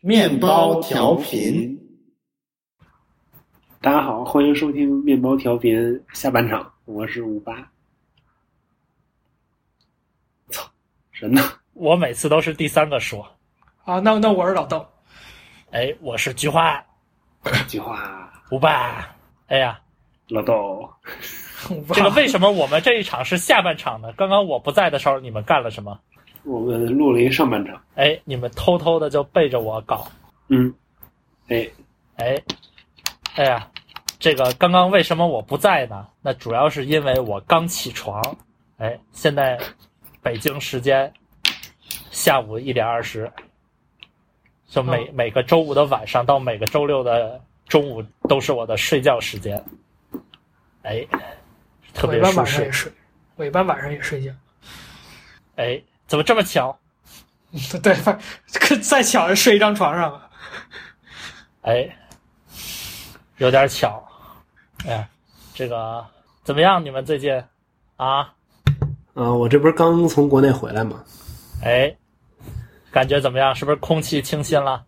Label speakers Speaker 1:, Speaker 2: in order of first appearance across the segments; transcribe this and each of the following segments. Speaker 1: 面包调频，
Speaker 2: 大家好，欢迎收听面包调频下半场，我是五八。操，神呢？
Speaker 3: 我每次都是第三个说。
Speaker 4: 啊，那那我是老邓，
Speaker 3: 哎，我是菊花
Speaker 2: 菊花，
Speaker 3: 五八。哎呀，
Speaker 2: 老豆，
Speaker 3: 这个为什么我们这一场是下半场呢？刚刚我不在的时候，你们干了什么？
Speaker 2: 我们录了一上半场，
Speaker 3: 哎，你们偷偷的就背着我搞。
Speaker 2: 嗯，哎，
Speaker 3: 哎，哎呀，这个刚刚为什么我不在呢？那主要是因为我刚起床。哎，现在北京时间下午一点二十，就
Speaker 4: 哦
Speaker 3: 每、每个周五的晚上到每个周六的中午都是我的睡觉时间。哎，特
Speaker 4: 我一
Speaker 3: 别
Speaker 4: 般
Speaker 3: 舒
Speaker 4: 晚上
Speaker 3: 适
Speaker 4: 也。睡，我一般晚上也睡觉。
Speaker 3: 哎，怎么这么巧？
Speaker 4: 对，反正再巧就睡一张床上了。
Speaker 3: 哎，有点巧。哎，这个怎么样？你们最近啊？
Speaker 2: 啊，我这不是刚从国内回来吗？
Speaker 3: 哎，感觉怎么样？是不是空气清新了？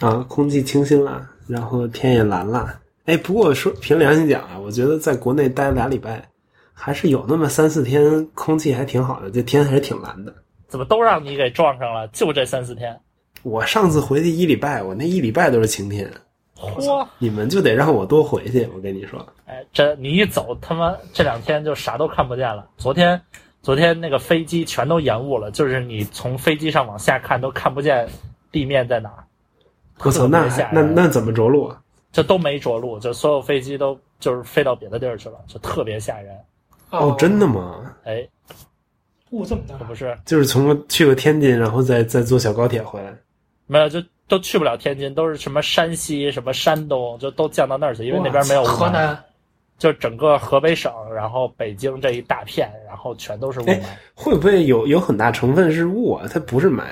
Speaker 2: 啊，空气清新了，然后天也蓝了。哎，不过说凭良心讲啊，我觉得在国内待俩礼拜，还是有那么三四天空气还挺好的，这天还是挺蓝的。
Speaker 3: 怎么都让你给撞上了？就这三四天，
Speaker 2: 我上次回去一礼拜，我那一礼拜都是晴天，
Speaker 3: 嚯！
Speaker 2: 你们就得让我多回去。我跟你说，
Speaker 3: 哎，这你一走，他妈这两天就啥都看不见了。昨天，昨天那个飞机全都延误了，就是你从飞机上往下看都看不见地面在哪儿，
Speaker 2: 我操，那
Speaker 3: 特别吓
Speaker 2: 还
Speaker 3: 人
Speaker 2: 那那怎么着陆啊？
Speaker 3: 这都没着陆，就所有飞机都就是飞到别的地儿去了，就特别吓人。
Speaker 2: 哦，真的吗？
Speaker 3: 哎，
Speaker 4: 雾啊这么大
Speaker 3: 可，不是，
Speaker 2: 就是从去过天津，然后再再坐小高铁回来。
Speaker 3: 没有就都去不了天津，都是什么山西、什么山东，就都降到那儿去，因为那边没有雾霾
Speaker 4: 河，南
Speaker 3: 就整个河北省，然后北京这一大片，然后全都是雾霾。
Speaker 2: 会不会有有很大成分是雾啊？它不是霾，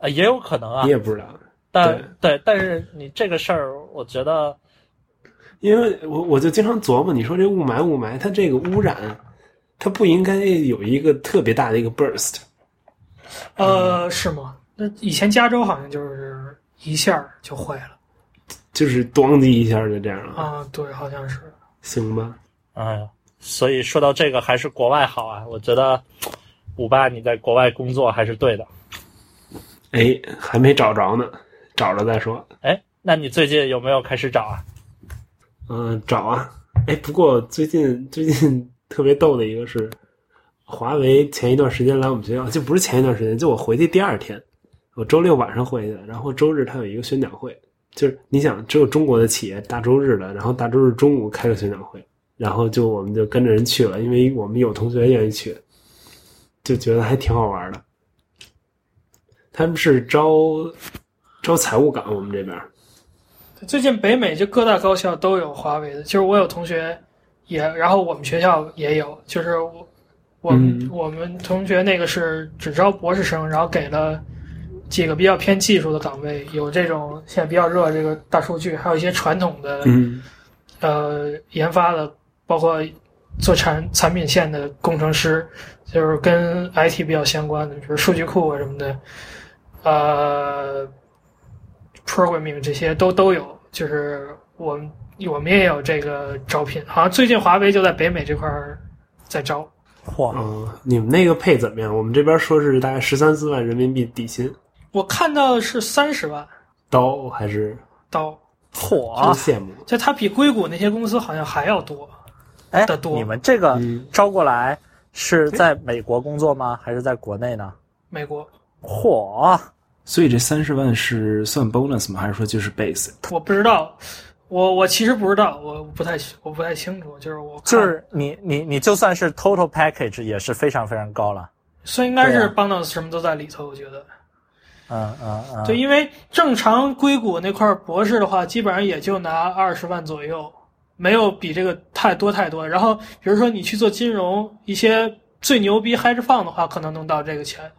Speaker 3: 呃，也有可能啊
Speaker 2: 你，也不知道。
Speaker 3: 但对，但是你这个事儿，我觉得。
Speaker 2: 因为我我就经常琢磨，你说这雾霾雾霾，它这个污染，它不应该有一个特别大的一个 burst。
Speaker 3: 嗯
Speaker 4: 呃是吗？那以前加州好像就是一下儿就坏了
Speaker 2: 就是咣叽一下就这样了，
Speaker 4: 啊，对，好像是。
Speaker 2: 行吧？
Speaker 3: 哎呀，所以说到这个还是国外好啊，我觉得五八你在国外工作还是对的。
Speaker 2: 哎，还没找着呢，找着再说。
Speaker 3: 哎，那你最近有没有开始找啊？
Speaker 2: 嗯、找啊。哎，不过最近最近特别逗的一个是，华为前一段时间来我们学校，就不是前一段时间，就我回去第二天，我周六晚上回去的，然后周日他有一个宣讲会，就是你想只有中国的企业大周日的，然后大周日中午开个宣讲会，然后就我们就跟着人去了，因为我们有同学愿意去，就觉得还挺好玩的。他们是招招财务岗，我们这边儿
Speaker 4: 最近北美就各大高校都有华为的，就是我有同学也，然后我们学校也有，就是我我们、
Speaker 2: 嗯
Speaker 4: 我们同学那个是只招博士生，然后给了几个比较偏技术的岗位，有这种现在比较热这个大数据，还有一些传统的、
Speaker 2: 嗯，
Speaker 4: 呃研发的，包括做产产品线的工程师，就是跟 IT 比较相关的，比如数据库啊什么的，呃，programming 这些都都有。就是我们我们也有这个招聘，好像最近华为就在北美这块儿在招。
Speaker 3: 嚯，
Speaker 2: 哦，你们那个配怎么样？我们这边说是大概十三四万人民币底薪，
Speaker 4: 我看到是三十万
Speaker 2: 刀还是
Speaker 4: 刀，
Speaker 2: 真
Speaker 5: 啊
Speaker 3: 嚯！
Speaker 2: 羡慕。
Speaker 4: 就它比硅谷那些公司好像还要多。
Speaker 3: 哎
Speaker 4: 得多
Speaker 3: 你们这个
Speaker 2: 嗯，
Speaker 3: 招过来是在美国工作吗？还是在国内呢？
Speaker 4: 美国
Speaker 3: 嚯！
Speaker 5: 所以这三十万是算 bonus 吗？还是说就是 base？
Speaker 4: 我不知道，我我其实不知道，我不太我不太清楚，就是我看
Speaker 3: 就是你你你就算是 total package 也是非常非常高了。
Speaker 4: 所以应该
Speaker 3: 对
Speaker 4: 是
Speaker 3: 啊
Speaker 4: bonus 什么都在里头，我觉得。
Speaker 3: 嗯嗯嗯。
Speaker 4: 对，因为正常硅谷那块儿博士的话，基本上也就拿二十万左右，没有比这个太多太多。然后比如说你去做金融，一些最牛逼 hedge fund 的话，可能能到这个钱。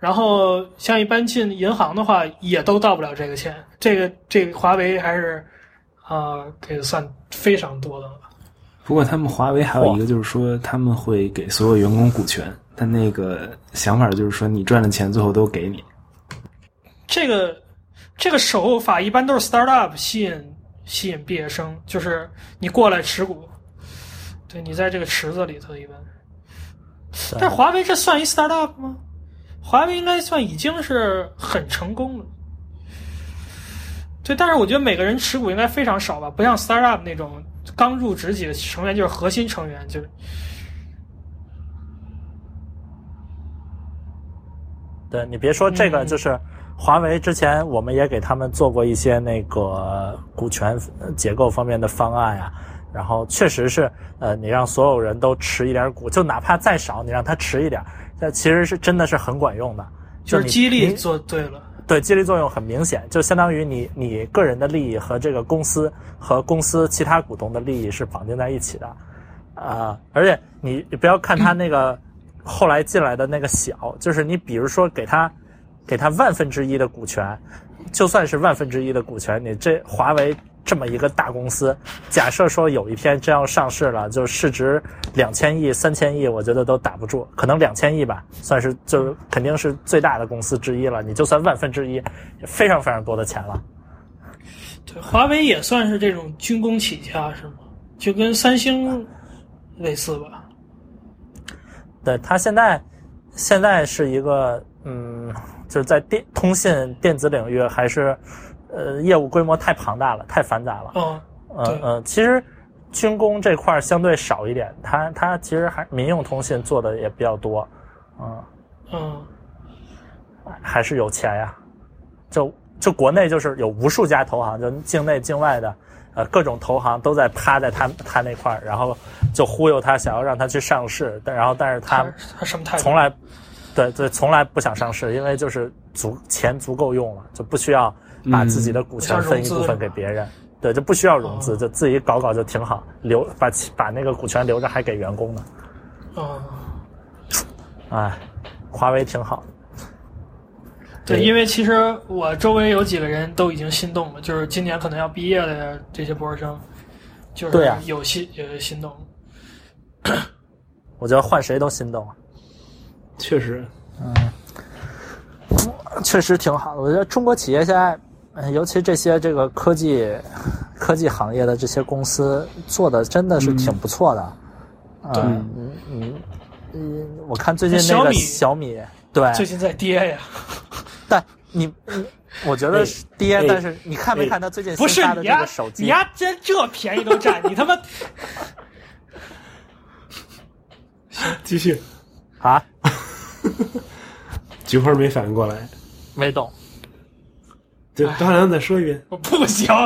Speaker 4: 然后像一般进银行的话，也都到不了这个钱。这个这个华为还是啊、呃给算非常多的了。
Speaker 5: 不过他们华为还有一个就是说他们会给所有员工股权，但那个想法就是说你赚的钱最后都给你。
Speaker 4: 这个这个手法一般都是 startup 吸引吸引毕业生，就是你过来持股，对你在这个池子里头一般。但是华为这算一 startup 吗？华为应该算已经是很成功了。对，但是我觉得每个人持股应该非常少吧，不像 startup 那种刚入职几个成员就是核心成员，就是
Speaker 3: 对你别说这个，
Speaker 4: 嗯
Speaker 3: 就是华为之前我们也给他们做过一些那个股权结构方面的方案呀、然后确实是，呃，你让所有人都持一点股，就哪怕再少，你让他持一点，这其实是真的是很管用的，
Speaker 4: 就是
Speaker 3: 你
Speaker 4: 激励
Speaker 3: 你
Speaker 4: 做对了。
Speaker 3: 对激励作用很明显，就相当于你你个人的利益和这个公司和公司其他股东的利益是绑定在一起的，啊、而且你你不要看他那个后来进来的那个小，就是你比如说给他给他万分之一的股权，就算是万分之一的股权，你这华为这么一个大公司，假设说有一天真要上市了，就市值两千亿、三千亿，我觉得都打不住，可能两千亿吧，算是就肯定是最大的公司之一了。你就算万分之一，非常非常多的钱了。
Speaker 4: 对，华为也算是这种军工起家是吗？就跟三星类似吧？
Speaker 3: 对它现在现在是一个嗯，就是在电通信电子领域还是呃业务规模太庞大了，太繁杂了。
Speaker 4: 嗯，对
Speaker 3: 嗯嗯，其实军工这块儿相对少一点，它它其实还民用通信做的也比较多，嗯，
Speaker 4: 嗯，
Speaker 3: 还是有钱呀。就就国内就是有无数家投行，就境内境外的，呃，各种投行都在趴在他他那块儿，然后就忽悠他，想要让他去上市，但然后但是他
Speaker 4: 他他什么态度？
Speaker 3: 从来，对对，从来不想上市，因为就是足钱足够用了，就不需要把自己的股
Speaker 4: 嗯
Speaker 3: 权分一部分给别人，对，就不需要融资，
Speaker 4: 哦
Speaker 3: 就自己搞搞就挺好，留把把那个股权留着还给员工呢，
Speaker 4: 嗯，
Speaker 3: 哎，华为挺好，
Speaker 4: 对，
Speaker 3: 对
Speaker 4: 因为其实我周围有几个人都已经心动了，就是今年可能要毕业的这些博士生，就
Speaker 3: 对
Speaker 4: 是
Speaker 3: 啊
Speaker 4: 有心有心动。
Speaker 3: 我觉得换谁都心动啊，
Speaker 2: 确实，
Speaker 3: 确实挺好的。我觉得中国企业现在，呃尤其这些这个科技科技行业的这些公司做的真的是挺不错的，
Speaker 4: 对
Speaker 3: 嗯嗯嗯嗯，我看最近
Speaker 4: 小
Speaker 3: 那个
Speaker 4: 米
Speaker 3: 小米，对，
Speaker 4: 最近在跌呀，
Speaker 3: 但你，嗯我觉得是跌，
Speaker 2: 哎
Speaker 3: 但是你看没看他最近
Speaker 4: 不
Speaker 3: 新
Speaker 4: 是
Speaker 3: 发的
Speaker 4: 你
Speaker 3: 这
Speaker 4: 呀
Speaker 3: 个手，
Speaker 4: 你
Speaker 3: 机？
Speaker 4: 呀，真这便宜都占，你他妈
Speaker 2: 继续。
Speaker 3: 啊，
Speaker 2: 菊花没反应过来，
Speaker 3: 没懂。
Speaker 2: 就张良再说一遍。
Speaker 4: 我不行。
Speaker 2: 算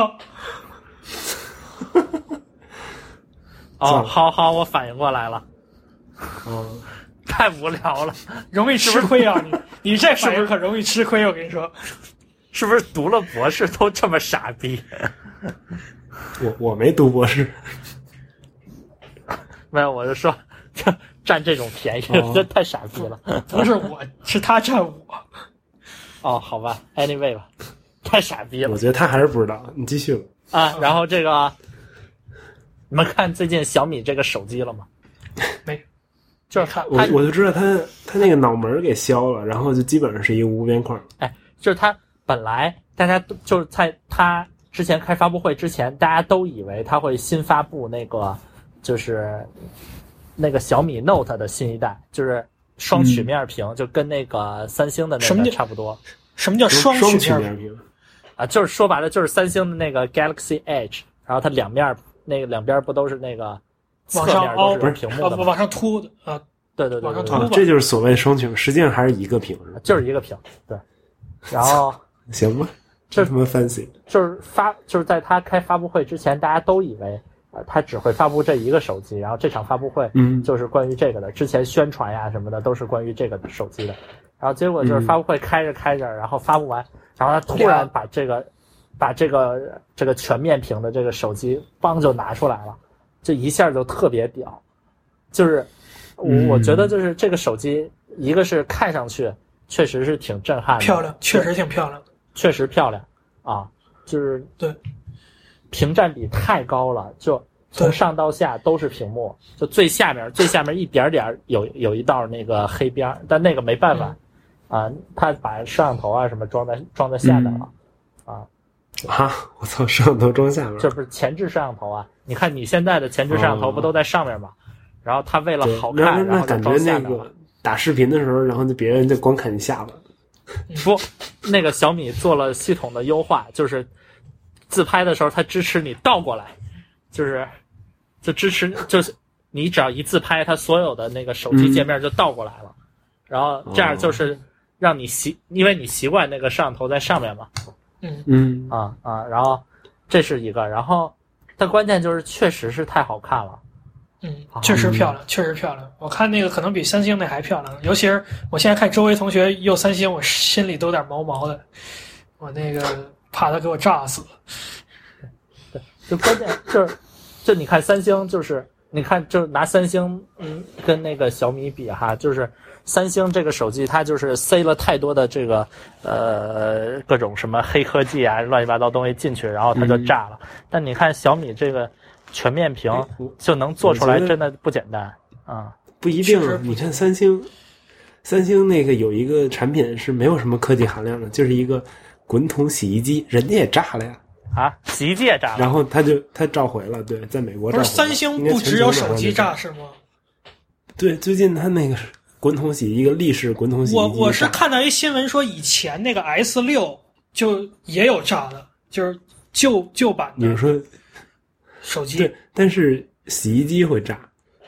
Speaker 3: 哦，
Speaker 2: 了
Speaker 3: 好好，我反应过来了，
Speaker 5: 啊
Speaker 2: 哦，
Speaker 3: 太无聊了，
Speaker 4: 容易吃亏啊！你你这反应可容易吃亏，我跟你说。
Speaker 3: 是不是读了博士都这么傻逼？
Speaker 2: 我我没读博士，
Speaker 3: 没有，我就说， 这占这种便宜，
Speaker 2: 哦
Speaker 3: 这太傻逼了。
Speaker 4: 不是我，是他占我。
Speaker 3: 哦，好吧，anyway 吧，太傻逼了
Speaker 2: 我觉得他还是不知道。你继续吧。
Speaker 3: 啊。然后这个，你们看最近小米这个手机了吗？
Speaker 4: 没，
Speaker 3: 就是
Speaker 4: 看
Speaker 2: 我
Speaker 3: 他
Speaker 2: 我就知道他他那个脑门儿给削了，然后就基本上是一个无边框。
Speaker 3: 就是他本来大家都就是在他之前开发布会之前，大家都以为他会新发布那个就是那个小米 Note 的新一代，就是双曲面屏，就跟那个三星的
Speaker 4: 什
Speaker 3: 那
Speaker 4: 么
Speaker 3: 个
Speaker 4: 叫
Speaker 3: 差不多
Speaker 4: 什么叫双
Speaker 2: 双
Speaker 4: 曲面？
Speaker 2: 面屏，
Speaker 3: 啊。就是说白了，就是三星的那个 Galaxy Edge，然后它两面那个两边不都是那个侧
Speaker 4: 往上
Speaker 3: 面都
Speaker 4: 凹
Speaker 3: 是有屏幕
Speaker 4: 啊，
Speaker 3: 的
Speaker 4: 不
Speaker 3: 吗？
Speaker 4: 往上凸的啊，
Speaker 3: 对对对
Speaker 4: 往
Speaker 3: 对对
Speaker 4: 上凸
Speaker 2: 啊，这就是所谓双屏，实际上还是一个屏，是啊吧
Speaker 3: 对，就是一个屏。对，然后。
Speaker 2: 行吧？
Speaker 3: 这
Speaker 2: 这他妈 fancy，
Speaker 3: 就是发就是在他开发布会之前，大家都以为呃他只会发布这一个手机，然后这场发布会
Speaker 2: 嗯
Speaker 3: 就是关于这个的，之前宣传呀什么的都是关于这个手机的，然后结果就是
Speaker 2: 嗯
Speaker 3: 发布会开着开着，然后发布完，然后他突
Speaker 4: 啊
Speaker 3: 然把这个把这个这个全面屏的这个手机邦就拿出来了，这一下就特别屌，就是我
Speaker 2: 嗯
Speaker 3: 我觉得就是这个手机，一个是看上去确实是挺震撼的，
Speaker 4: 漂亮，确实挺漂亮的。
Speaker 3: 确实漂亮啊，就是
Speaker 4: 对，
Speaker 3: 屏占比太高了，就从
Speaker 4: 对
Speaker 3: 上到下都是屏幕，就最下面最下面一点点儿有有一道那个
Speaker 2: 嗯
Speaker 3: 黑
Speaker 2: 嗯
Speaker 3: 边儿，但那个没办法、啊，他把摄像头啊什么装在装在下面了，
Speaker 2: 啊！我操，摄像头装下边
Speaker 3: 这
Speaker 2: 儿，
Speaker 3: 不是前置摄像头啊？你看你现在的前置摄像头
Speaker 2: 哦
Speaker 3: 不都在上面吗？然后他为了
Speaker 2: 对
Speaker 3: 好
Speaker 2: 那
Speaker 3: 看，然
Speaker 2: 那
Speaker 3: 后
Speaker 2: 那
Speaker 3: 就
Speaker 2: 感觉
Speaker 3: 装下
Speaker 2: 那
Speaker 3: 面了。
Speaker 2: 个打视频的时候，然后就别人就光看你下巴，
Speaker 3: 不，那个小米做了系统的优化，就是自拍的时候它支持你倒过来，就是就支持就是你只要一自拍，它所有的那个手机界面就倒过来了，然后这样就是让你习，因为你习惯那个摄像头在上面嘛，
Speaker 2: 嗯
Speaker 3: 啊啊，然后这是一个，然后但关键就是确实是太好看了，
Speaker 4: 嗯
Speaker 3: 好，
Speaker 4: 确实漂亮，确实漂亮。我看那个可能比三星那还漂亮，尤其是我现在看周围同学用三星，我心里都有点毛毛的，我那个怕他给我炸死。
Speaker 3: 就关键就是，就你看三星，就是你看，就是拿三星，嗯，跟那个小米比哈，就是三星这个手机，它就是塞了太多的这个呃各种什么黑科技啊，乱七八糟东西进去，然后它就炸了。但你看小米这个全面屏
Speaker 2: 哎我
Speaker 3: 就能做出来，
Speaker 2: 我觉得
Speaker 3: 真的不简单啊、
Speaker 2: 不一定
Speaker 4: 确实。
Speaker 2: 你看三星，三星那个有一个产品是没有什么科技含量的，就是一个滚筒洗衣机，人家也炸了呀，
Speaker 3: 啊！洗衣机也炸了，
Speaker 2: 然后他就他召回了，对，在美国
Speaker 4: 不
Speaker 2: 召
Speaker 4: 是
Speaker 2: 回了
Speaker 4: 三星不只有手机，
Speaker 2: 应该全球马
Speaker 4: 炸
Speaker 2: 上
Speaker 4: 是吗？
Speaker 2: 就对，最近他那个滚筒洗一个立式滚筒洗衣机
Speaker 4: 我
Speaker 2: 炸，
Speaker 4: 我是看到一新闻说，以前那个 S 六就也有炸的，就是旧旧版
Speaker 2: 你
Speaker 4: 的
Speaker 2: 是说
Speaker 4: 手机
Speaker 2: 对，但是洗衣机会炸，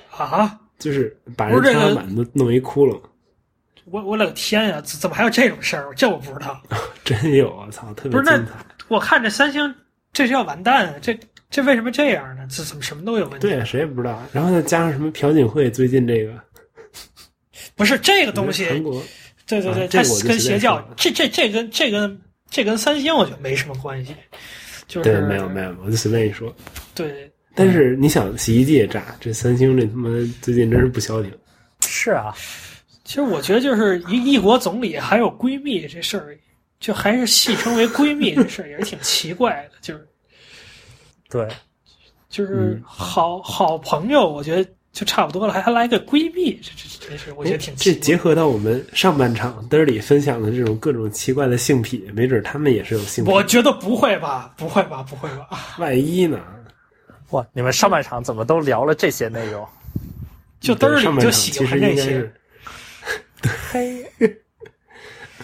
Speaker 4: 啊！
Speaker 2: 就是把
Speaker 4: 不
Speaker 2: 人
Speaker 4: 是这
Speaker 2: 天
Speaker 4: 个
Speaker 2: 花板都弄一窟窿，
Speaker 4: 我我勒个天呀，怎怎么还有这种事儿？这我不知道。
Speaker 2: 真有啊！操，特
Speaker 4: 不
Speaker 2: 别
Speaker 4: 是
Speaker 2: 精
Speaker 4: 那
Speaker 2: 彩。
Speaker 4: 我看这三星这是要完蛋啊！这这为什么这样呢？这怎么什么都有问题？
Speaker 2: 对，谁也不知道。然后再加上什么朴槿惠最近这个
Speaker 4: 不是这个东西，
Speaker 2: 韩国
Speaker 4: 对对对，
Speaker 2: 啊这
Speaker 4: 它
Speaker 2: 个我就随
Speaker 4: 跟邪
Speaker 2: 便
Speaker 4: 教
Speaker 2: 说了，
Speaker 4: 这这这跟这跟这跟三星我觉得没什么关系，就是
Speaker 2: 对，没有没有，我就随便一说。
Speaker 4: 对，
Speaker 2: 但是你想，洗衣机也炸，这三星这他妈最近真是不消停。
Speaker 3: 是啊，
Speaker 4: 其实我觉得就是一一国总理还有闺蜜这事儿，就还是戏称为闺蜜这事儿也是挺奇怪的，就是
Speaker 3: 对，
Speaker 2: 嗯
Speaker 4: 就是好好朋友，我觉得就差不多了，还还来个闺蜜，这这这是我觉得挺
Speaker 2: 哎哦这
Speaker 4: 奇
Speaker 2: 结
Speaker 4: 怪。
Speaker 2: 合到我们上半场嘚儿里分享的这种各种奇怪的性癖，没准他们也是有性癖。
Speaker 4: 我觉得不会吧，不会吧，不会吧，
Speaker 2: 万一呢？
Speaker 3: 哇，你们上半场怎么都聊了这些内容？
Speaker 4: 就嘚儿
Speaker 2: 对上
Speaker 4: 里
Speaker 2: 半场
Speaker 4: 就喜
Speaker 2: 其实
Speaker 4: 欢
Speaker 2: 应
Speaker 4: 这
Speaker 2: 该
Speaker 4: 些
Speaker 2: 是，
Speaker 3: 嘿，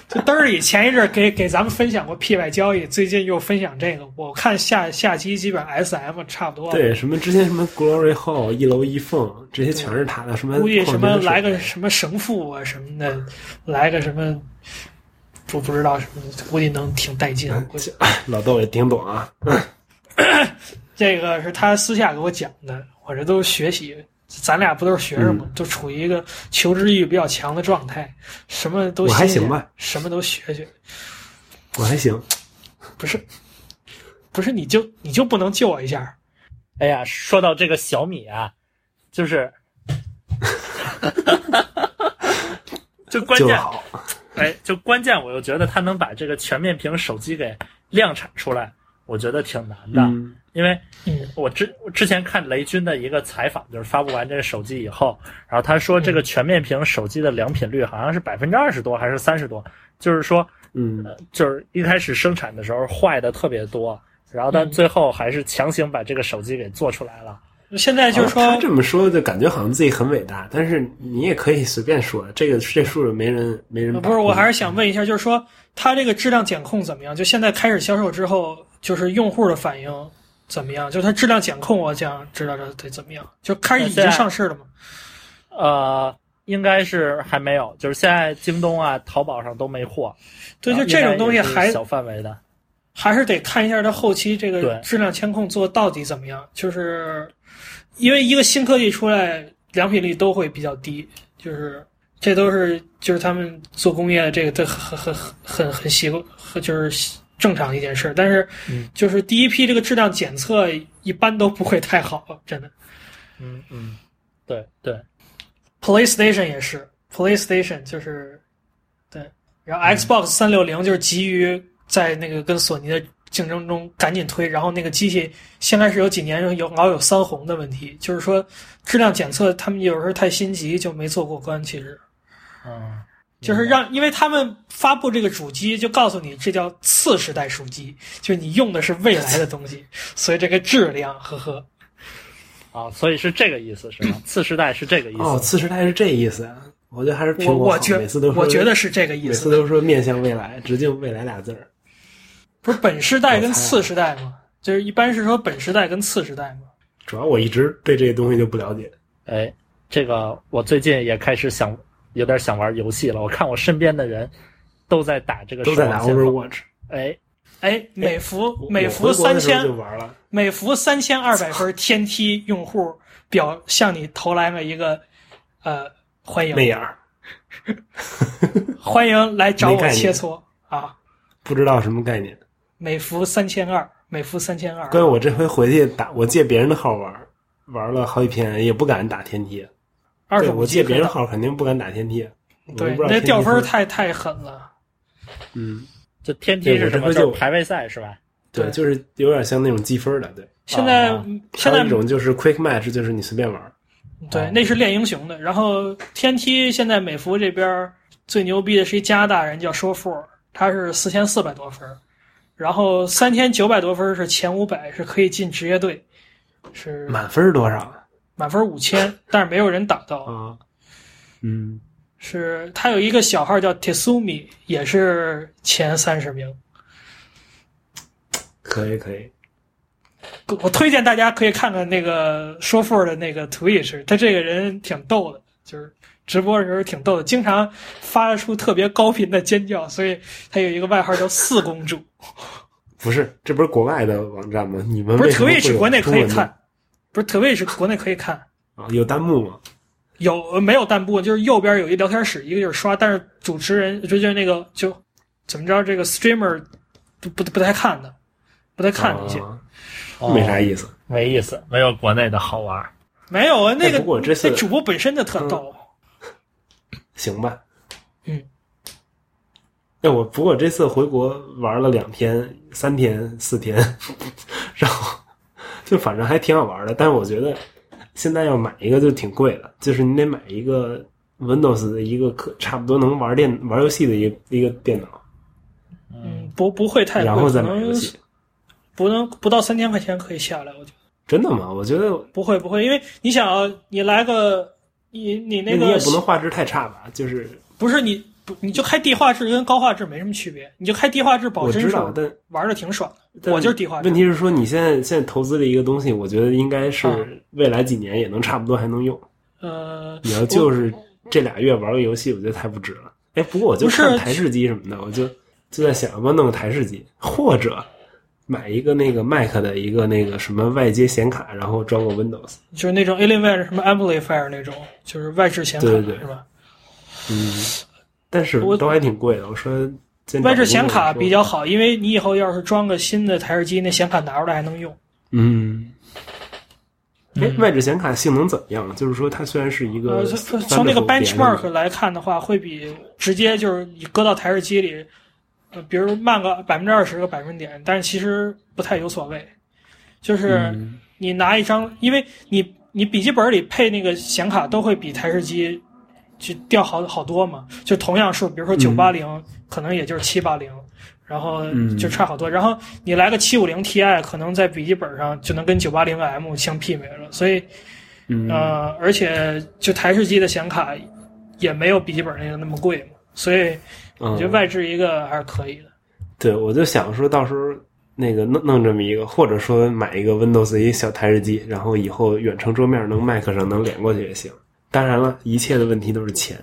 Speaker 4: 就嘚儿里前一阵儿给给咱们分享过 P Y 交易，最近又分享这个，我看下下期基本 S M 差不多了。
Speaker 2: 对，什么之前什么 Glory Hall 一楼一凤，这些全是他的。什么
Speaker 4: 估计什
Speaker 2: 矿泉
Speaker 4: 么
Speaker 2: 水
Speaker 4: 来个什么神父啊什么的，来个什么不不知道什么，估计能挺带劲。估计
Speaker 2: 老豆也挺懂啊。
Speaker 4: 这个是他私下给我讲的，我这都学习。咱俩不都是学生
Speaker 2: 嗯
Speaker 4: 吗？都处于一个求知欲比较强的状态，什么都
Speaker 2: 我还
Speaker 4: 新鲜
Speaker 2: 行吧，
Speaker 4: 什么都学学。
Speaker 2: 我还行，
Speaker 4: 不是，不是你就你就不能救我一下？
Speaker 3: 哎呀，说到这个小米啊， 就是，就关
Speaker 2: 就
Speaker 3: 键，
Speaker 2: 好。
Speaker 3: 哎，就关键，我又觉得它能把这个全面屏手机给量产出来，我觉得挺难的，
Speaker 2: 嗯，
Speaker 3: 因为
Speaker 4: 嗯，
Speaker 3: 我之我之前看雷军的一个采访，就是发布完这个手机以后，然后他说这
Speaker 4: 嗯
Speaker 3: 个全面屏手机的良品率好像是百分之二十多还是三十多，就是说
Speaker 2: 嗯，
Speaker 4: 呃
Speaker 3: 就是一开始生产的时候坏的特别多，然后但
Speaker 4: 嗯
Speaker 3: 最后还是强行把这个手机给做出来了。
Speaker 4: 现在就是说
Speaker 2: 啊他，这么说，就感觉好像自己很伟大，但是你也可以随便说，这个这数没人没人把
Speaker 4: 呃
Speaker 2: 控。
Speaker 4: 不是，我还是想问一下，就是说它这个质量检控怎么样？就现在开始销售之后，就是用户的反应怎么样？就它质量检控，我想知道这得怎么样？就开始已经上市了嘛？
Speaker 3: 呃，应该是还没有，就是现在京东啊、淘宝上都没货。
Speaker 4: 对，
Speaker 3: 然
Speaker 4: 就
Speaker 3: 后
Speaker 4: 这种东西
Speaker 3: 啊应该也是
Speaker 4: 还
Speaker 3: 小范围的。
Speaker 4: 还是得看一下它后期这个
Speaker 3: 对
Speaker 4: 质量监控做到底怎么样。就是因为一个新科技出来，良品率都会比较低，就是这都是就是他们做工业的这个都很很很很很习惯，很就是正常的一件事儿。但是
Speaker 3: 嗯
Speaker 4: 就是第一批这个质量检测一般都不会太好，真的。
Speaker 3: 嗯嗯，对对，
Speaker 4: PlayStation 也是，PlayStation 就是对，
Speaker 2: 嗯
Speaker 4: 然后 Xbox 三六零就是急于在那个跟索尼的竞争中赶紧推，然后那个机器先开始有几年有老有三红的问题，就是说质量检测他们有时候太心急就没做过关，其实
Speaker 3: 嗯，
Speaker 4: 就是让，因为他们发布这个主机就告诉你，这叫次时代主机，就是你用的是未来的东西，所以这个质量，呵呵。
Speaker 3: 啊，所以是这个意思是吗？次时代是这个意思。
Speaker 2: 哦，次时代是这意思啊！我觉得还是苹
Speaker 4: 我
Speaker 2: 果
Speaker 4: 我
Speaker 2: 好
Speaker 4: 觉
Speaker 2: 每次都说
Speaker 4: 我觉得是这个意
Speaker 2: 每次
Speaker 4: 思，
Speaker 2: 都说面向未来，直径未来俩字儿。
Speaker 4: 不是本时代跟
Speaker 2: 我猜啊
Speaker 4: 次时代嘛？就是一般是说本时代跟次时代嘛。
Speaker 2: 主要我一直对这个东西就不了解。
Speaker 3: 哎，这个我最近也开始想，有点想玩游戏了。我看我身边的人都在打这个，
Speaker 2: 都在打 Overwatch，
Speaker 3: 哎，
Speaker 4: 哎，美服美
Speaker 2: 我
Speaker 4: 服
Speaker 2: 回国
Speaker 4: 三
Speaker 2: 的时候
Speaker 4: 千
Speaker 2: 就玩了，
Speaker 4: 美服三千二百分天梯用户表向你投来了一个呃欢
Speaker 2: 媚
Speaker 4: 迎
Speaker 2: 眼儿，
Speaker 4: 欢迎来找
Speaker 2: 没概
Speaker 4: 我
Speaker 2: 念
Speaker 4: 切磋啊！
Speaker 2: 不知道什么概念。
Speaker 4: 美服三千二，美服三千二，
Speaker 2: 关键我这回回去打，我借别人的号玩，玩了好几天，也不敢打天梯。
Speaker 4: 二
Speaker 2: 对
Speaker 4: 十
Speaker 2: 我
Speaker 4: 五
Speaker 2: 借
Speaker 4: G
Speaker 2: 别人号肯定不敢打天梯。我都
Speaker 4: 对，
Speaker 2: 不知道
Speaker 4: 那
Speaker 2: 天梯
Speaker 4: 掉分儿
Speaker 2: 是
Speaker 4: 太太狠了。
Speaker 2: 嗯，
Speaker 3: 这天梯是什
Speaker 2: 对我
Speaker 3: 么？
Speaker 2: 这回就
Speaker 3: 就是排位赛是吧？
Speaker 2: 对，
Speaker 4: 对
Speaker 2: 就是有点像那种积分的，对。
Speaker 4: 现在、
Speaker 3: 啊
Speaker 4: 现
Speaker 2: 还
Speaker 4: 在
Speaker 2: 有一种就是 quick match，就是你随便玩。
Speaker 4: 对，那是练英雄的。然后天梯现在美服这边儿最牛逼的是一加拿大人叫说富，他是四千四百多分儿，然后三千九百多分儿是前五百，是可以进职业队，是
Speaker 2: 满分是多少啊？
Speaker 4: 满分五千，但是没有人打到。
Speaker 2: 啊，嗯，
Speaker 4: 是他有一个小号叫 Tesumi，也是前三十名。
Speaker 2: 可以可以。
Speaker 4: 我推荐大家可以看看那个说富的那个 Twitch，他这个人挺逗的，就是直播的时候挺逗的，经常发出特别高频的尖叫，所以他有一个外号叫“四公主
Speaker 2: 不是，这不是国外的网站吗？你”。们
Speaker 4: 不
Speaker 2: 为
Speaker 4: 是
Speaker 2: 什么会有
Speaker 4: Twitch 国内可以
Speaker 2: 中文的
Speaker 4: 看，不是 Twitch 国内可以看，
Speaker 2: 啊？有弹幕吗？
Speaker 4: 有呃没有弹幕？就是右边有一聊天室，一个就是刷，但是主持人就就是那个就怎么着，这个 streamer 不不不太看的，不太看一些。
Speaker 2: 啊没啥
Speaker 3: 意
Speaker 2: 意思。
Speaker 3: 哦没意思，没有国内的好玩。
Speaker 4: 没有啊，那
Speaker 2: 哎
Speaker 4: 个
Speaker 2: 不过这次
Speaker 4: 那主播本身就特逗。
Speaker 2: 行吧，
Speaker 4: 嗯。
Speaker 2: 那我不过这次回国玩了两天、三天、四天， 然后就反正还挺好玩的。但是我觉得现在要买一个就挺贵的，就是你得买一个 Windows 的一个可差不多能玩电玩游戏的一个一个电脑，
Speaker 4: 嗯，不不会太贵，
Speaker 2: 然后再
Speaker 4: 可
Speaker 2: 买
Speaker 4: 能
Speaker 2: 游戏。
Speaker 4: 不能不到三千块钱可以下来，我觉得
Speaker 2: 真的吗？我觉得
Speaker 4: 不会不会，因为你想啊，你来个你你那
Speaker 2: 你
Speaker 4: 个
Speaker 2: 也不能画质太差吧？就是
Speaker 4: 不是你不你就开低画质跟高画质没什么区别，你就开低画质保
Speaker 2: 我
Speaker 4: 真
Speaker 2: 知道，
Speaker 4: 数，
Speaker 2: 但
Speaker 4: 玩的挺爽的。
Speaker 2: 但
Speaker 4: 我就是低画质
Speaker 2: 问，题是说你现在现在投资的一个东西，我觉得应该
Speaker 4: 啊
Speaker 2: 是未来几年也能差不多还能用。
Speaker 4: 呃，
Speaker 2: 你要就是这俩月玩个游戏，我觉得太不值了。哎，不过我就
Speaker 4: 不是啊
Speaker 2: 看台式机什么的，我就就在想要不要弄个台式机，或者买一个那个 Mac 的一个那个什么外接显卡，然后装个 Windows。
Speaker 4: 就是那种 Alienware 什么 Amplifier 那种，就是外置显卡
Speaker 2: 对对对
Speaker 4: 是吧？
Speaker 2: 嗯，但是
Speaker 4: 我
Speaker 2: 都还挺贵的。我说今天
Speaker 4: 外
Speaker 2: 找工
Speaker 4: 置显
Speaker 2: 作
Speaker 4: 卡
Speaker 2: 说
Speaker 4: 比较好，因为你以后要是装个新的台式机，那显卡拿出来还能用。
Speaker 2: 嗯。哎
Speaker 4: 嗯，
Speaker 2: 外置显卡性能怎么样？就是说，它虽然是一
Speaker 4: 呃，
Speaker 2: 个
Speaker 4: 从
Speaker 2: 360
Speaker 4: 从那个
Speaker 2: DNI
Speaker 4: benchmark 来看的话，会比直接就是你搁到台式机里，呃，比如慢个百分之二十个百分点，但是其实不太有所谓。就是
Speaker 2: 嗯
Speaker 4: 你拿一张，因为你你笔记本里配那个显卡都会比台式机就掉好好多嘛，就同样数，比如说九八零，可能也就是七八零。然后
Speaker 2: 嗯
Speaker 4: 就差好多，然后你来个七五零 Ti，可能在笔记本上就能跟九八零 M 相媲美了，所以
Speaker 2: 嗯，
Speaker 4: 呃，而且就台式机的显卡也没有笔记本那个那么贵嘛，所以我
Speaker 2: 我
Speaker 4: 觉得外置一个还是可以的。
Speaker 2: 对，我就想说到时候那个弄弄这么一个，或者说买一个 Windows 一小台式机，然后以后远程桌面能 Mac 上能连过去也行。当然了，一切的问题都是钱，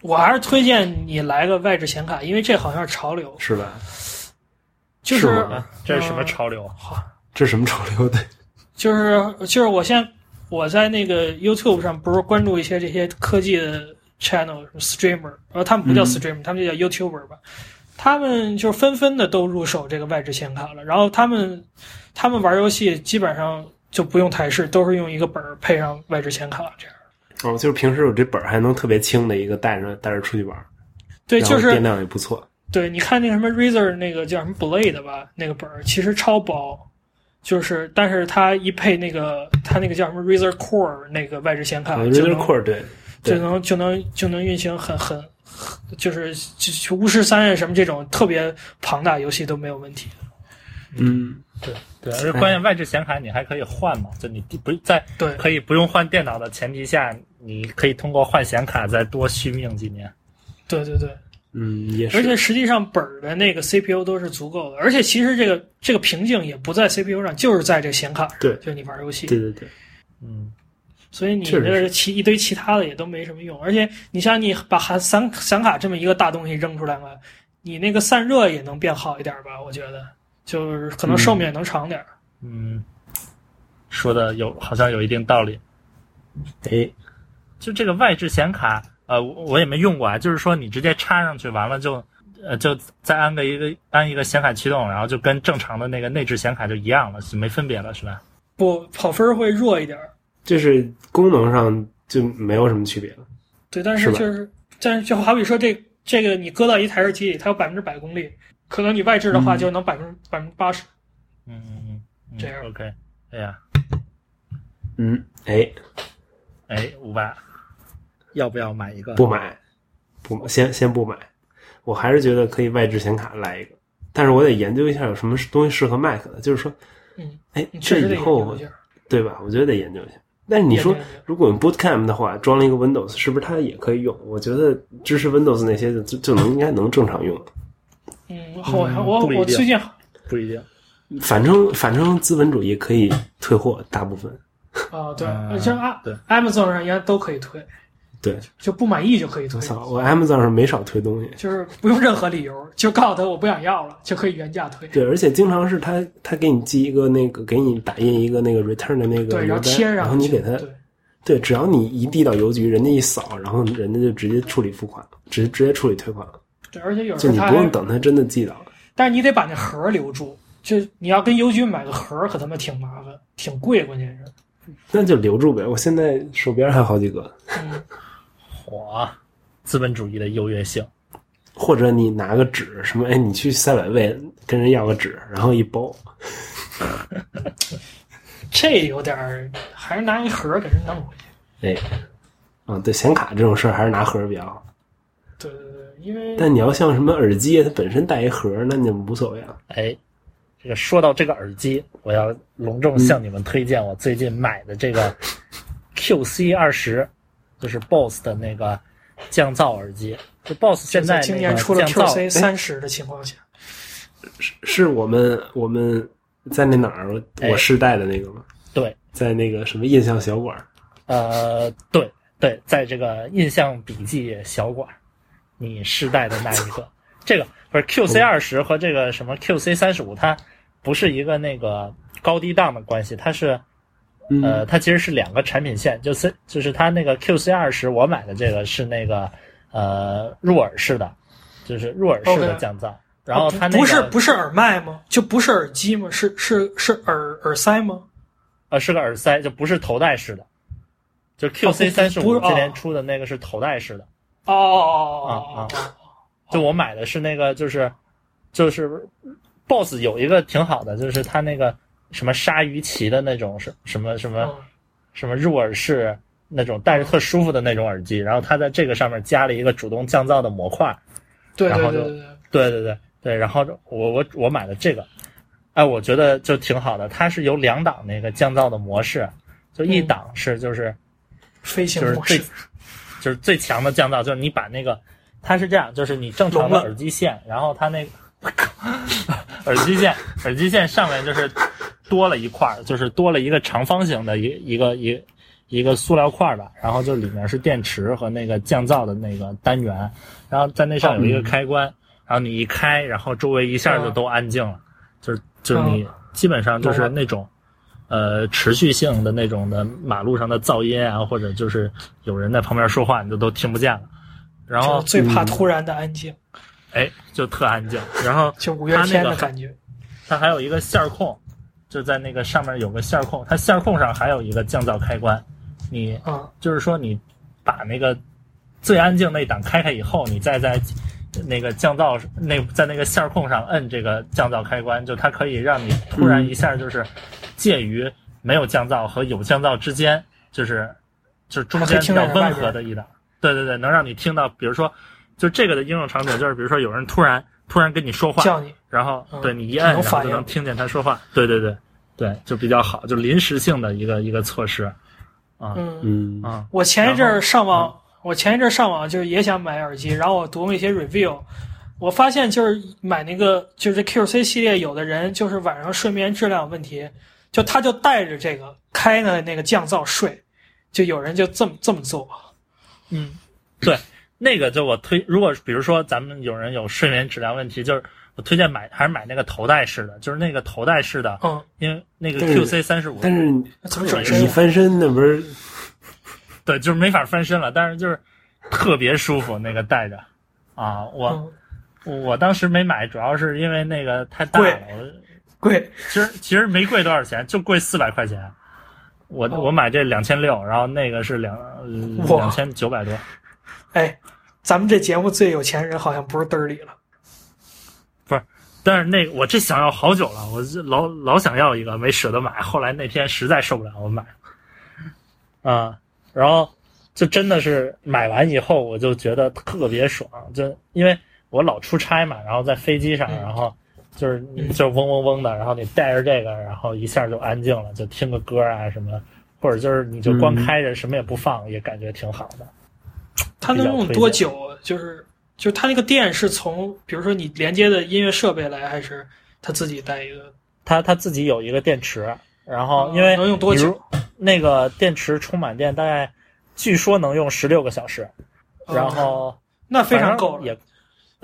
Speaker 4: 我还是推荐你来个外置显卡，因为这好像是潮流，
Speaker 2: 是吧？
Speaker 4: 就是是
Speaker 2: 吗
Speaker 3: 啊这是什么潮流？
Speaker 2: 这是什么潮流的？
Speaker 4: 就是就是我现在我在那个 YouTube 上不是关注一些这些科技的 channel 什么 streamer，然后他们不叫
Speaker 2: 嗯
Speaker 4: streamer，、他们就叫 YouTuber 吧。他们就纷纷的都入手这个外置显卡了，然后他们他们玩游戏基本上就不用台式，都是用一个本儿配上外置显卡这样。
Speaker 2: 哦，就是平时我这本儿还能特别轻的一个带着带着出去玩儿，
Speaker 4: 对，
Speaker 2: 然
Speaker 4: 就
Speaker 2: 后
Speaker 4: 是
Speaker 2: 电量也不错。
Speaker 4: 对，你看那个什么 Razer 那个叫什么 Blade 吧，那个本儿其实超薄，就是但是它一配那个它那个叫什么 Razer Core 那个外置显卡，
Speaker 2: 啊
Speaker 4: 就
Speaker 2: Razer
Speaker 4: 能
Speaker 2: Core 对，
Speaker 4: 就能就能就能运行很很就是就就巫师三啊什么这种特别庞大游戏都没有问题。
Speaker 2: 嗯，
Speaker 3: 对对，而且
Speaker 2: 哎
Speaker 3: 关键外置显卡你还可以换嘛，就你不在
Speaker 4: 对
Speaker 3: 可以不用换电脑的前提下，你可以通过换显卡再多续命几年。
Speaker 4: 对对对，
Speaker 2: 嗯，也
Speaker 4: 而
Speaker 2: 是，
Speaker 4: 且实际上本儿的那个 CPU 都是足够的，而且其实这个这个瓶颈也不在 CPU 上，就是在这个显卡上。
Speaker 2: 对
Speaker 4: 就你玩游戏，
Speaker 2: 对对对，
Speaker 3: 嗯，
Speaker 4: 所以你
Speaker 2: 确
Speaker 4: 这
Speaker 2: 实是
Speaker 4: 个其一堆其他的也都没什么用。而且你像你把含散散卡这么一个大东西扔出来了，你那个散热也能变好一点吧？我觉得，就是可能寿命也能长点儿。
Speaker 3: 嗯，说的有好像有一定道理。
Speaker 2: 哎，
Speaker 3: 就这个外置显卡，呃，我我也没用过啊，就是说你直接插上去，完了就呃就再安个一个安一个显卡驱动，然后就跟正常的那个内置显卡就一样了，就没分别了，是吧？
Speaker 4: 不，跑分儿会弱一点儿。
Speaker 2: 就是功能上就没有什么区别了。
Speaker 4: 对，但
Speaker 2: 是
Speaker 4: 是
Speaker 2: 吧
Speaker 4: 就是，但是就好比说这这个你搁到一台式机里，它有百分之百功率，可能你外置的
Speaker 2: 嗯
Speaker 4: 话就能百分之百分之八十。
Speaker 3: 嗯嗯嗯，
Speaker 4: 这样
Speaker 3: OK。哎呀，
Speaker 2: 嗯，哎，
Speaker 3: 哎，五八，要不要买一个？
Speaker 2: 不买，不先先不买，我还是觉得可以外置显卡来一个，但是我得研究一下有什么东西适合 Mac 的，就是说，
Speaker 4: 嗯，
Speaker 2: 哎，
Speaker 4: 你确
Speaker 2: 这
Speaker 4: 实得
Speaker 2: 以后
Speaker 4: 研究一下
Speaker 2: 对吧？我觉得得研究一下。但是你说
Speaker 4: 研究研究，
Speaker 2: 如果用 Bootcamp 的话，装了一个 Windows，是不是它也可以用？我觉得支持 Windows 那些就就就能应该能正常用。
Speaker 4: 嗯，我
Speaker 3: 嗯
Speaker 4: 我
Speaker 3: 不一定
Speaker 4: 我 最近
Speaker 3: 不一定。
Speaker 2: 反正反正资本主义可以退货，大部分
Speaker 4: 啊，对
Speaker 3: 嗯，
Speaker 4: 像啊
Speaker 3: 对
Speaker 4: Amazon 上应该都可以推，
Speaker 2: 对。
Speaker 4: 就不满意就可以推
Speaker 2: 我，操，我 Amazon 上没少推东西，
Speaker 4: 就是不用任何理由，就告诉他我不想要了，就可以原价推。
Speaker 2: 对，而且经常是他他给你寄一个那个，给你打印一个那个 return 的那个
Speaker 4: 对，
Speaker 2: 邮
Speaker 4: 然
Speaker 2: 单
Speaker 4: 后贴上去，
Speaker 2: 然后你给他
Speaker 4: 对
Speaker 2: 对，只要你一递到邮局，人家一扫，然后人家就直接处理付款，直直接处理退款了，
Speaker 4: 对，而且有时
Speaker 2: 就
Speaker 4: 候
Speaker 2: 你
Speaker 4: 他
Speaker 2: 不用
Speaker 4: 还，
Speaker 2: 等他真的寄到。
Speaker 4: 但是你得把那盒儿留住，就你要跟邮局买个盒儿，可他妈挺麻烦，挺贵，关键是。
Speaker 2: 那就留住呗，我现在手边还有好几个，
Speaker 4: 嗯，
Speaker 3: 火，资本主义的优越性。
Speaker 2: 或者你拿个纸，什么哎，你去赛百味跟人要个纸，然后一包，
Speaker 4: 这有点儿，还是拿一盒儿给人弄回去。
Speaker 2: 哎，啊，对，显卡这种事儿还是拿盒儿比较好。
Speaker 4: 对对对，因为
Speaker 2: 但你要像什么耳机，它本身带一盒儿，那你就无所谓了。
Speaker 3: 哎，这个说到这个耳机，我要隆重向你们推荐我最近买的这个 QC 二十，就是 BOSS 的那个降噪耳机。就 BOSS 现在
Speaker 4: 今
Speaker 3: 那
Speaker 4: 年
Speaker 3: 个
Speaker 4: 出了
Speaker 3: 降噪
Speaker 4: QC 三十的情况下，
Speaker 2: 是是我们我们在那哪儿
Speaker 3: 哎
Speaker 2: 我试戴的那个吗？
Speaker 3: 对，
Speaker 2: 在那个什么印象小馆儿，
Speaker 3: 呃，对对，在这个印象笔记小馆儿，你试戴的那一个， 这个不是
Speaker 4: 哦
Speaker 3: QC 二十和这个什么 QC 三十五，它不是一个那个高低档的关系，它是
Speaker 2: 嗯，
Speaker 3: 呃，它其实是两个产品线，就是就是它那个 QC 二十，我买的这个是那个呃入耳式的，就是入耳式的
Speaker 4: OK 哦
Speaker 3: 降噪。然后它那个
Speaker 4: 不是不是耳麦吗？就不是耳机吗？是是是耳耳塞吗？
Speaker 3: 呃是个耳塞，就不是头戴式的，就 QC 三十
Speaker 4: 不
Speaker 3: 五
Speaker 4: 是哦
Speaker 3: 今年出的那个是头戴式的。
Speaker 4: 哦哦哦哦
Speaker 3: 啊
Speaker 4: 哦
Speaker 3: 就我买的是那个，就是就是，BOSS 有一个挺好的，就是它那个什么鲨鱼鳍的那种什什么什
Speaker 4: 哦
Speaker 3: 么
Speaker 4: 哦，
Speaker 3: 什么入耳式那种，戴着特舒服的那种耳机，然后它在这个上面加了一个主动降噪的模块，
Speaker 4: 对对
Speaker 3: 然后
Speaker 4: 对
Speaker 3: 就
Speaker 4: 对对。
Speaker 3: 对对对对，然后我我我买的这个，哎，我觉得就挺好的，它是有两档那个降噪的模式，就一
Speaker 4: 嗯
Speaker 3: 档是就是。
Speaker 4: 飞行
Speaker 3: 就是
Speaker 4: 模
Speaker 3: 最
Speaker 4: 式，
Speaker 3: 就是最强的降噪，就是你把那个，它是这样，就是你正常的
Speaker 4: 聋了
Speaker 3: 耳机线，然后它那个耳机线，耳机线上面就是多了一块儿，就是多了一个长方形的一一个一个一个塑料块儿吧，然后就里面是电池和那个降噪的那个单元，然后在那上有一
Speaker 4: 嗯
Speaker 3: 个开关，然后你一开，然后周围一下就都安静了，就是就是
Speaker 4: 嗯
Speaker 3: 你基本上就是那种。呃持续性的那种的马路上的噪音啊，或者就是有人在旁边说话，你就都听不见了。然
Speaker 4: 就
Speaker 3: 后
Speaker 4: 是最怕
Speaker 2: 嗯
Speaker 4: 突然的安静，
Speaker 3: 哎，就特安静。然后
Speaker 4: 就五月
Speaker 3: 它那
Speaker 4: 天
Speaker 3: 个
Speaker 4: 的
Speaker 3: 还
Speaker 4: 感觉。
Speaker 3: 它还有一个线儿控，就在那个上面有个线儿控，它线儿控上还有一个降噪开关。你
Speaker 4: 啊，
Speaker 3: 就是说你把那个最安静那档开开以后，你再在那个降噪那在那个线儿控上摁这个降噪开关，就它可以让你突然一下就是介于没有降噪和有降噪之间，就是就是中间比较温和的一档。对对对，能让你听到，比如说就这个的应用场景就是，比如说有人突然突然跟你说话，
Speaker 4: 啊叫你
Speaker 3: 然后
Speaker 4: 嗯
Speaker 3: 对你一按，
Speaker 4: 有
Speaker 3: 然后
Speaker 4: 反
Speaker 3: 就
Speaker 4: 应
Speaker 3: 能听见他说话。对对对对，就比较好，就临时性的一个一个措施啊
Speaker 5: 嗯，
Speaker 4: 嗯，
Speaker 3: 啊。
Speaker 4: 我前一阵
Speaker 3: 然
Speaker 4: 儿上网，我前一阵儿上网就是也想买耳机，然后我读了一些 review，我发现就是买那个就是 QC 系列，有的人就是晚上睡眠质量有问题，就他就带着这个开的那个降噪睡，就有人就这么这么做，
Speaker 3: 嗯，对，那个就我推，如果比如说咱们有人有睡眠质量问题，就是我推荐买还是买那个头戴式的，就是那个头戴式的，
Speaker 4: 嗯，
Speaker 3: 因为那个
Speaker 2: 但是
Speaker 3: QC 三十五，
Speaker 2: 但是你
Speaker 4: 怎么转
Speaker 2: 你
Speaker 4: 身？
Speaker 2: 翻身那不是
Speaker 3: 对，就是没法翻身了，但是就是特别舒服，那个戴着啊，我
Speaker 4: 嗯，
Speaker 3: 我当时没买，主要是因为那个太大了，我
Speaker 4: 贵，
Speaker 3: 其实其实没贵多少钱，就贵四百块钱。我
Speaker 4: 哦
Speaker 3: 我买这两千六，然后那个是两呃
Speaker 4: 哇
Speaker 3: 两千九百多，
Speaker 4: 哎，咱们这节目最有钱人好像不是嘚儿里了，
Speaker 3: 但是那个我这想要好久了，我这老老想要一个，没舍得买。后来那天实在受不了，我买了。啊，然后就真的是买完以后，我就觉得特别爽，就因为我老出差嘛，然后在飞机上，
Speaker 4: 嗯
Speaker 3: 然后就是
Speaker 4: 嗯
Speaker 3: 就是嗡嗡嗡的，然后你带着这个，然后一下就安静了，就听个歌啊什么，或者就是你就光
Speaker 2: 嗯
Speaker 3: 开着什么也不放，也感觉挺好的。
Speaker 4: 他
Speaker 3: 比
Speaker 4: 能
Speaker 3: 较推
Speaker 4: 用
Speaker 3: 荐
Speaker 4: 多久？就是就是他那个电是从，比如说你连接的音乐设备来，还是他自己带一个？
Speaker 3: 它它自己有一个电池，然后哦因为
Speaker 4: 能用多
Speaker 3: 比
Speaker 4: 久
Speaker 3: 如那个电池充满电大概据说能用十六个小时，
Speaker 4: 嗯
Speaker 3: 然后
Speaker 4: 那非常够
Speaker 3: 反正
Speaker 4: 了。
Speaker 3: 也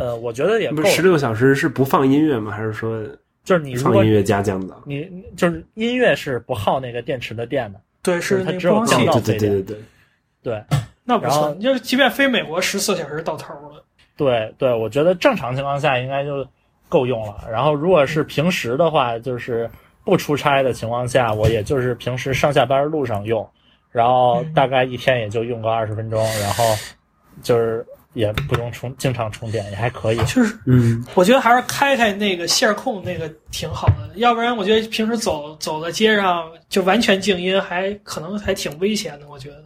Speaker 3: 呃，我觉得也够
Speaker 2: 不是十
Speaker 3: 了。
Speaker 2: 六小时是不放音乐吗？还是说
Speaker 3: 就是你如
Speaker 2: 放
Speaker 3: 果
Speaker 2: 音乐加降噪？
Speaker 3: 你你就是音乐是不耗那个电池的电的，
Speaker 4: 对，是
Speaker 3: 它
Speaker 4: 那个
Speaker 3: 只有
Speaker 4: 光
Speaker 3: 降
Speaker 4: 器
Speaker 3: 噪，
Speaker 2: 哦，对对对对对，
Speaker 3: 对
Speaker 4: 那不
Speaker 3: 然
Speaker 4: 错。
Speaker 3: 后
Speaker 4: 你就是即便飞美国，十四小时到头了。
Speaker 3: 对对，我觉得正常情况下应该就够用了。然后如果是平时的话，就是不出差的情况下，我也就是平时上下班路上用，然后
Speaker 4: 嗯
Speaker 3: 大概一天也就用个二十分钟，然后就是也不用充经常充电，也还可以。
Speaker 4: 就是
Speaker 2: 嗯，
Speaker 4: 我觉得还是开开那个线控那个挺好的，要不然我觉得平时走走在街上就完全静音，还可能还挺危险的。我觉得，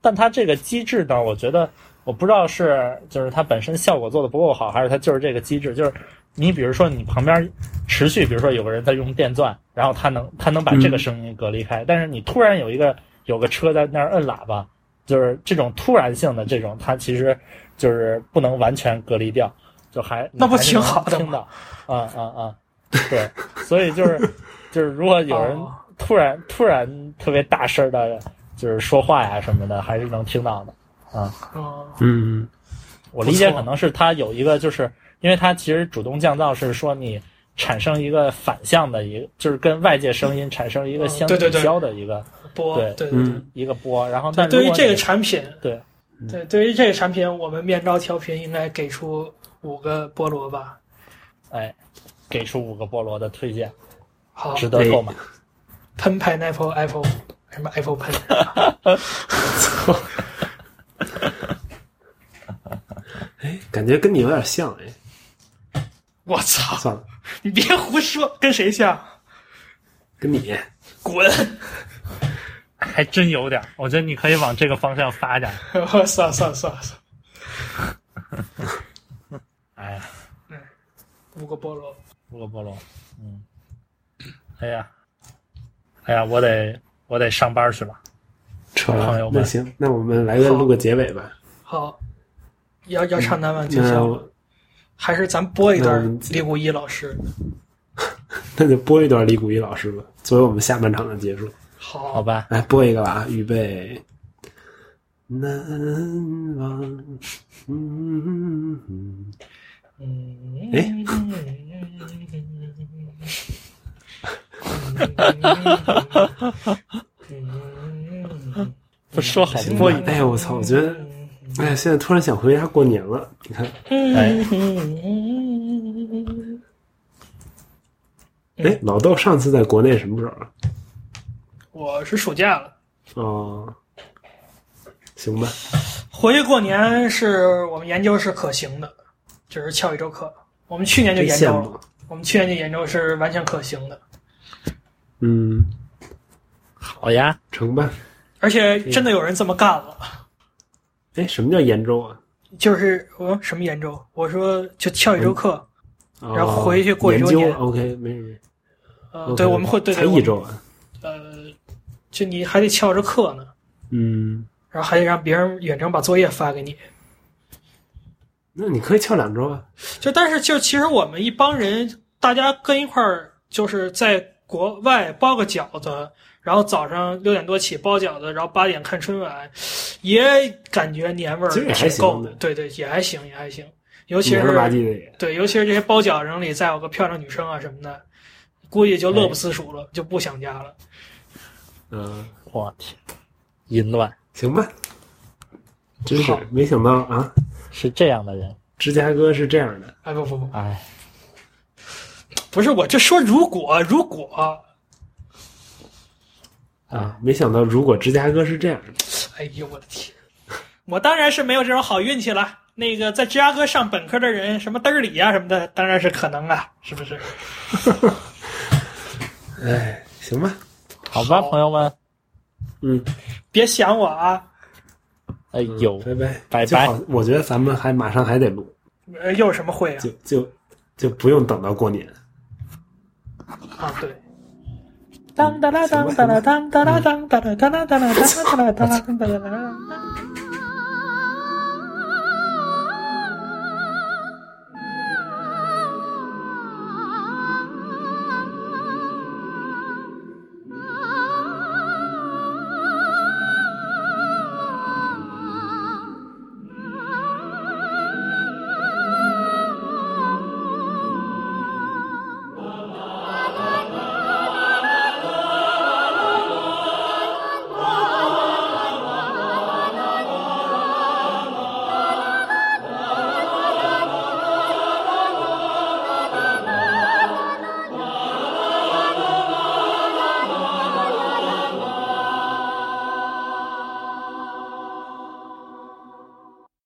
Speaker 3: 但它这个机制呢，我觉得我不知道是就是它本身效果做的不够好，还是它就是这个机制，就是你比如说你旁边持续，比如说有个人在用电钻，然后他 能他能把这个声音隔离开，但是你突然有一个有个车在那儿摁喇叭，就是这种突然性的这种，它其实就是不能完全隔离掉，就还
Speaker 4: 那不
Speaker 3: 你还是
Speaker 4: 挺好的
Speaker 3: 能
Speaker 4: 吗
Speaker 3: 听到，啊啊啊，对，所以就是 就是如果有人
Speaker 4: 哦
Speaker 3: 突然、突然特别大声的，就是说话呀什么的，还是能听到的。
Speaker 4: 嗯，
Speaker 2: 嗯，
Speaker 3: 我理解
Speaker 4: 不错
Speaker 3: 可能是它有一个，就是因为它其实主动降噪是说你产生一个反向的一个，就是跟外界声音产生一个
Speaker 4: 嗯
Speaker 3: 相
Speaker 4: 对对对
Speaker 3: 抵消的一个、
Speaker 4: 播
Speaker 3: 对
Speaker 4: 对对
Speaker 2: 嗯
Speaker 4: 对。
Speaker 3: 一个波。然后
Speaker 4: 对，
Speaker 3: 但
Speaker 4: 对
Speaker 3: 如
Speaker 4: 于
Speaker 3: 果
Speaker 4: 这个
Speaker 3: 你
Speaker 4: 产品，
Speaker 3: 对
Speaker 4: 对，对于这个产品，我们面招调频应该给出五个菠萝吧。
Speaker 3: 哎给出五个菠萝的推荐，
Speaker 4: 好，
Speaker 3: 值得购买。
Speaker 4: 喷 pineapple apple 什么 apple 喷，
Speaker 2: 感觉跟你有点像哎，
Speaker 4: 我操！
Speaker 2: 算了，
Speaker 4: 你别胡说，跟谁像？
Speaker 2: 跟你
Speaker 4: 滚！
Speaker 3: 还真有点儿，我觉得你可以往这个方向发展。
Speaker 4: 我操操操操！
Speaker 3: 哎呀，
Speaker 4: 五个菠萝，
Speaker 3: 五个菠萝，嗯，哎呀，哎呀，我得我得上班去了。
Speaker 2: 扯
Speaker 3: 朋
Speaker 2: 了
Speaker 3: 友。们
Speaker 2: 那行，那我们来个录个结尾吧。
Speaker 4: 好，要要唱南湾军
Speaker 2: 嗯那
Speaker 4: 校吗，
Speaker 2: 我
Speaker 4: 还是咱播一
Speaker 2: 那我
Speaker 4: 段
Speaker 2: 们
Speaker 4: 李谷一老师？
Speaker 2: 那就播一段李谷一老师吧，作为我们下半场的结束。
Speaker 4: 好，
Speaker 3: 好吧，
Speaker 2: 来播一个吧，啊，预备。难忘，嗯，嗯
Speaker 4: 嗯，
Speaker 2: 哎
Speaker 4: 嗯，
Speaker 3: 不说好
Speaker 2: 行吧
Speaker 3: 播一
Speaker 2: 哎呀，我操！我觉得，哎呀，现在突然想回家过年了。你看，
Speaker 3: 哎
Speaker 4: 嗯，
Speaker 2: 哎，老豆上次在国内什么时候啊？
Speaker 4: 我是暑假了，
Speaker 2: 哦，行吧，
Speaker 4: 回去过年是我们研究是可行的，就是翘一周课。我们去年就
Speaker 2: 真
Speaker 4: 研
Speaker 2: 羡
Speaker 4: 究了，
Speaker 2: 慕。
Speaker 4: 我们去年就研究是完全可行的，
Speaker 2: 嗯，
Speaker 3: 好呀，
Speaker 2: 成吧。
Speaker 4: 而且真的有人这么干了。
Speaker 2: 哎，什么叫延州啊？
Speaker 4: 就是我说什么研究，我说就翘一周课，
Speaker 2: 哦
Speaker 4: 然后回去过一
Speaker 2: 研
Speaker 4: 周
Speaker 2: 究
Speaker 4: 年
Speaker 2: OK，没事没事。
Speaker 4: 呃，
Speaker 2: OK，
Speaker 4: 对，我们会对
Speaker 2: 才
Speaker 4: 对，
Speaker 2: 一
Speaker 4: 我
Speaker 2: 周啊，
Speaker 4: 呃，就你还得翘着课呢，
Speaker 2: 嗯，
Speaker 4: 然后还得让别人远程把作业发给你。
Speaker 2: 那你可以翘两周啊。
Speaker 4: 就但是就其实我们一帮人，大家跟一块儿，就是在国外包个饺子，然后早上六点多起包饺子，然后八点看春晚，也感觉年味儿
Speaker 2: 其实也还
Speaker 4: 挺够
Speaker 2: 行的
Speaker 4: 对对，也还行，也还行。尤其
Speaker 2: 黏了吧
Speaker 4: 是
Speaker 2: 唧的也，
Speaker 4: 对，尤其是这些包饺子人里再有个漂亮女生啊什么的，估计就乐不思蜀了，就不想家了。
Speaker 2: 嗯，
Speaker 3: 我天，淫乱
Speaker 2: 行吧。真是
Speaker 4: 好
Speaker 2: 没想到啊，
Speaker 3: 是这样的人，
Speaker 2: 芝加哥是这样的。
Speaker 4: 哎，不不不，
Speaker 3: 哎，
Speaker 4: 不是，我就说如果如果，
Speaker 2: 啊，没想到如果芝加哥是这样的，
Speaker 4: 哎呦我的天，我当然是没有这种好运气了。那个在芝加哥上本科的人，什么德里呀、什么的，当然是可能啊，是不是？
Speaker 2: 哎，行吧，
Speaker 3: 好吧，朋友们，
Speaker 2: 嗯，
Speaker 4: 别想我啊，
Speaker 3: 哎
Speaker 2: 嗯
Speaker 3: 呦，
Speaker 2: 拜拜
Speaker 3: 拜
Speaker 2: 就
Speaker 3: 拜
Speaker 2: 好我觉得咱们还马上还得录，
Speaker 4: 呃，又有什么会啊
Speaker 2: 就？就就不用等到过年。
Speaker 4: 啊，对。当当啦当当啦当当啦当当啦当当啦当当啦当当啦当当啦当。